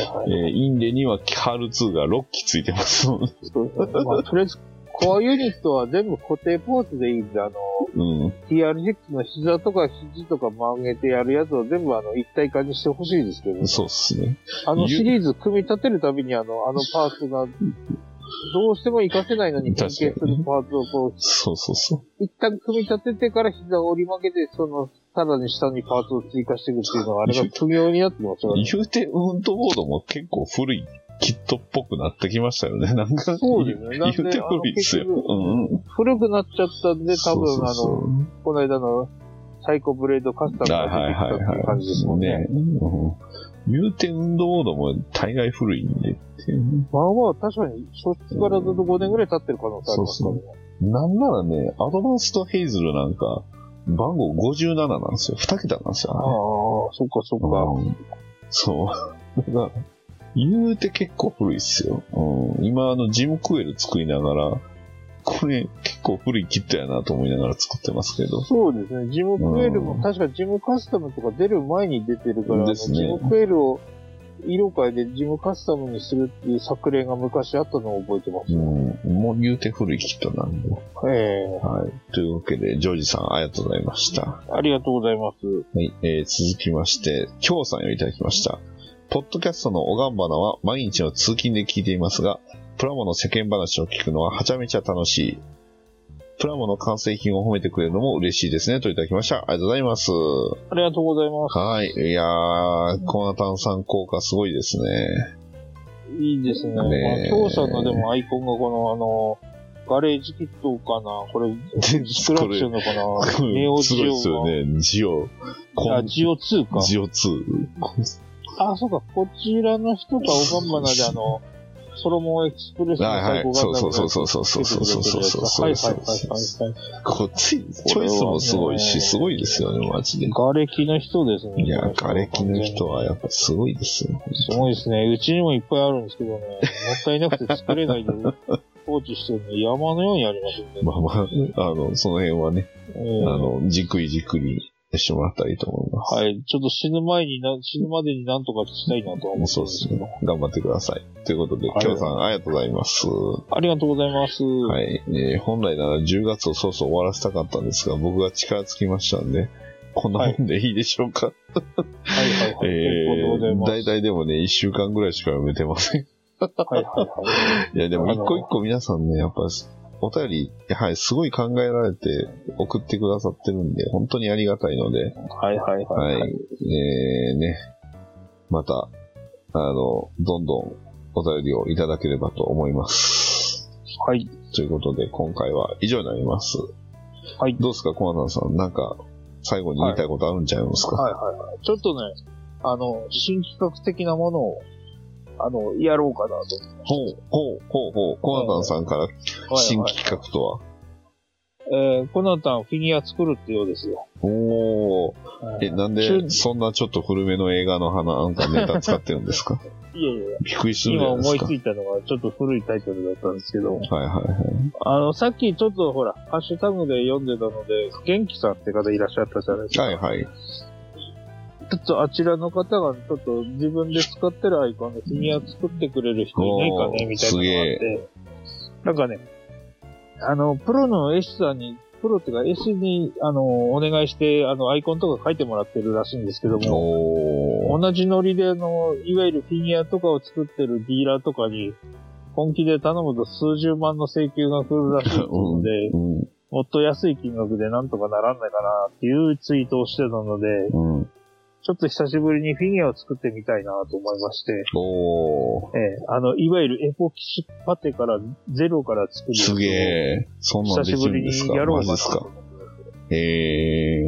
はえーインデにはキハル2が6機ついてます。うい。そうですねまあ、とりあえず、コアユニットは全部固定ポーズでいいんで、あの、ん。 TR6 の膝とか肘とか曲げてやるやつを全部あの、一体化にしてほしいですけど、そうっすね。あのシリーズ組み立てるたびにあの、あのパーツが、どうしても活かせないのに変形する確かにねパーツをこう、そうそうそう。一旦組み立ててから膝を折り曲げて、その、さらに下にパーツを追加していくっていうのは、あれが不妙になってますからね。言うて、ウントボードも結構古いキットっぽくなってきましたよね。なんか、そうですねなん言でうて古いですよ。あの結局うんうん。古くなっちゃったんで、多分そうそうそうあの、この間のサイコブレードカスタムはいがはい出てきたはいはい。っていう感じですもんね。うん、言うて運動モードも大概古いんでっていう。まあまあ、確かに、初出からずっと5年ぐらい経ってる可能性ありますからね。なんならね、アドバンスとヘイズルなんか、番号57なんですよ。2桁なんですああよ。、そっかそっか。うんそう。だから、言うて結構古いっすよ。うん、今、あの、ジムクエル作りながら、これ結構古いキットやなと思いながら作ってますけど。そうですね。ジムクエルうも、ん確かジムカスタムとか出る前に出てるから、あのですねジムクエルを色変えでジムカスタムにするっていう作例が昔あったのを覚えてます。うん、もう言うて古いキットなんで。えはい。というわけで、ジョージさん、ありがとうございました。えありがとうございます。はい、えー続きまして、きょうさんよりいただきました。ポッドキャストのおがんばなは毎日の通勤で聞いていますが、プラモの世間話を聞くのははちゃめちゃ楽しい。プラモの完成品を褒めてくれるのも嬉しいですね、といただきました。ありがとうございます。ありがとうございます。はい。いやー、コナタンさん効果すごいですね。いいですね。ねえまあ、京さんのでもアイコンがこの、あの、ガレージキットかなこれ、でスクラッチなのかなネオすジごいオですよが。ね。ジオ、コあ、ン、ジオ2か。ジオ2。あ、そうか、こちらの人がオバンマナであの、ソロモンエクスプレスのはいは最い高。ガンそダうムのそうそうそうそうそうそうそうそうそうはそいうはいはいはいはい。こっち、チョイスもすごいし、すごいですよね、マジで。瓦礫の人ですね。いや、瓦礫の人はやっぱすごいですよ。すごいですね。うちにもいっぱいあるんですけどね。もったいなくて作れないで放置してるの山のようにありますんで。まあまあ、あの、その辺はね、あうんの、じくいじくりしてもらったらいいと思います。はい。ちょっと死ぬ前にな、死ぬまでになんとかしたいなとは思ってそうんるでですすけねど。。頑張ってください。ということで、はいきょうさん、ありがとうございます。はありがとうございます。はい。い。えー本来なら10月をそうそう終わらせたかったんですが、僕が力尽きましたんで、こんなもんでいいでしょうか。はいはい。えということでー、ござ大います。体でもね、1週間ぐらいしか読めてません。はいはいはい。いや、でも一個一個皆さんね、やっぱ、お便り、はい、すごい考えられて送ってくださってるんで、本当にありがたいので、はいはいは、はいい。えー、ね、また、あの、どんどんお便りをいただければと思います。はい。ということで、今回は以上になります。はいどうですか、コアナさん、なんか、最後に言いたいことあるんちゃいますか、はいはいはい。ちょっとね、あの、新企画的なものを、あの、やろうかなと。ほう、ほう、ほう、ほう、コアナさんから新はい企画とは、はい、えー、コナタンフィギュア作るってようですよ。おー、え、なんで、中そんなちょっと古めの映画の花、なんかネタ使ってるんです <laughs> かいやいやいや、びっくりするじ今ゃないで思すいかつ。いたのがちょっと古いタイトルだったんですけはど、いはいはい。あの、さっきちょっとほら、ハッシュタグで読んでたので、元気さんって方いらっしゃったじゃないですか。はいはい。ちょっとあちらの方が、ちょっと自分で使ってるアイコンでフィギュア作ってくれる人いないかね、おーみたいなのがあって。なんかね、あの、プロの絵師さんに、プロっていうか絵師に、あの、お願いして、あの、アイコンとか書いてもらってるらしいんですけども、おー。同じノリで、あの、いわゆるフィギュアとかを作ってるディーラーとかに、本気で頼むと数十万の請求が来るらしいっていう <laughs> ので、うん、もっと安い金額でなんとかならんないかなっていうツイートをしてたので、うん。ちょっと久しぶりにフィギュアを作ってみたいなと思いまして、おー。ええあの、いわゆるエポキシパテから、ゼロから作る。すげ。え。そんなん久でしきぶるりんですにかやろマうジでかなすかと。え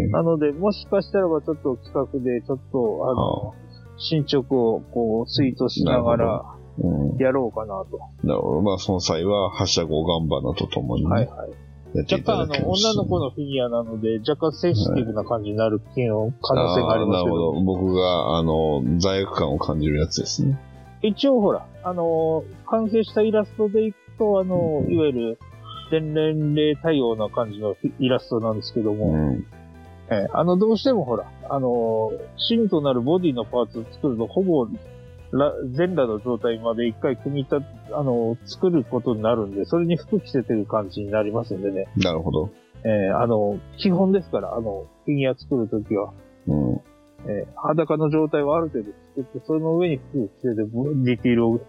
ー。なので、もしかしたらばちょっと企画で、ちょっと、あの、あ進捗をこう、ツイートしながらうん、やろうかなと。なるほど。まあ、その際は、はしゃご頑張なとともにね、はいはい。やってい若た干、あだきの、ます女の子のフィギュアなので、若干センシティブな感じになるっていうの可能性がありますーなけるどほ。ど。僕が、あの、罪悪感を感じるやつですね。一応ほら、あのー完成したイラストでいくと、あのーうんいわゆる、全年齢対応な感じのイラストなんですけどうも、ん。ええあの、どうしてもほら、あのー芯となるボディのパーツを作ると、ほぼ、ら全裸の状態まで一回組み立て、あのー作ることになるんで、それに服着せてる感じになりますんでね、なるほど。ええあのー基本ですから、あの、フィギュア作るときは、うん。えー裸の状態はある程度作って、その上に服を着せて、ぼディティールを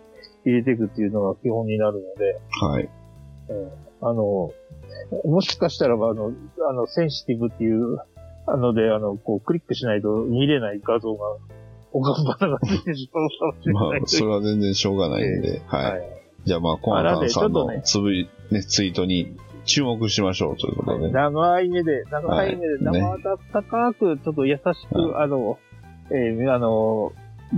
入れていくっていうのが基本になるので、はい。あの、もしかしたらば、あの、あの、センシティブっていう、あので、あの、こう、クリックしないと見れない画像が、おかんばながついてしまうかもしれまなあ、いとい。そうれは全然しょうがないん <laughs> で、はい。じゃあまあ、コアナさんあなんでちょっとのねつぶい、ね、ツイートに注目しましょうということで、長い目で、長い目で、はいね生温かく、ちょっと優しく、あの、えーあの、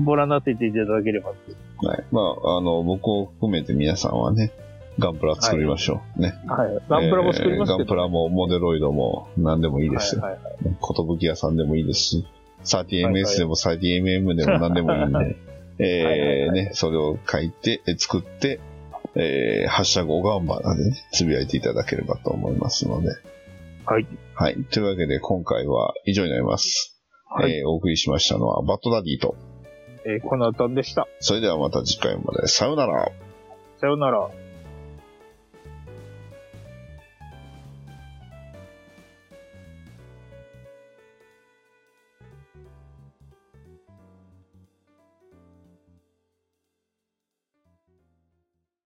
ボラになっていていただければっていうはい。まあ、あの、僕を含めて皆さんはね、ガンプラ作りましょう。ね。はい。ガンプラも作りますえーけガンプど。ラもモデロイドも何でもいいですよ。はいはいことぶき屋さんでもいいですし、はいは 30ms いでも 30mm でも何でもいいん <laughs> で、はいえーはね、それを書いて、え作って、えー、ハッシュタグおがんばなでね、つぶやいていただければと思いますので。はい。はい。というわけで、今回は以上になります。はいえーお送りしましたのは、バッドダディと。えー、この後でした。それではまた次回まで。さようなら。さようなら。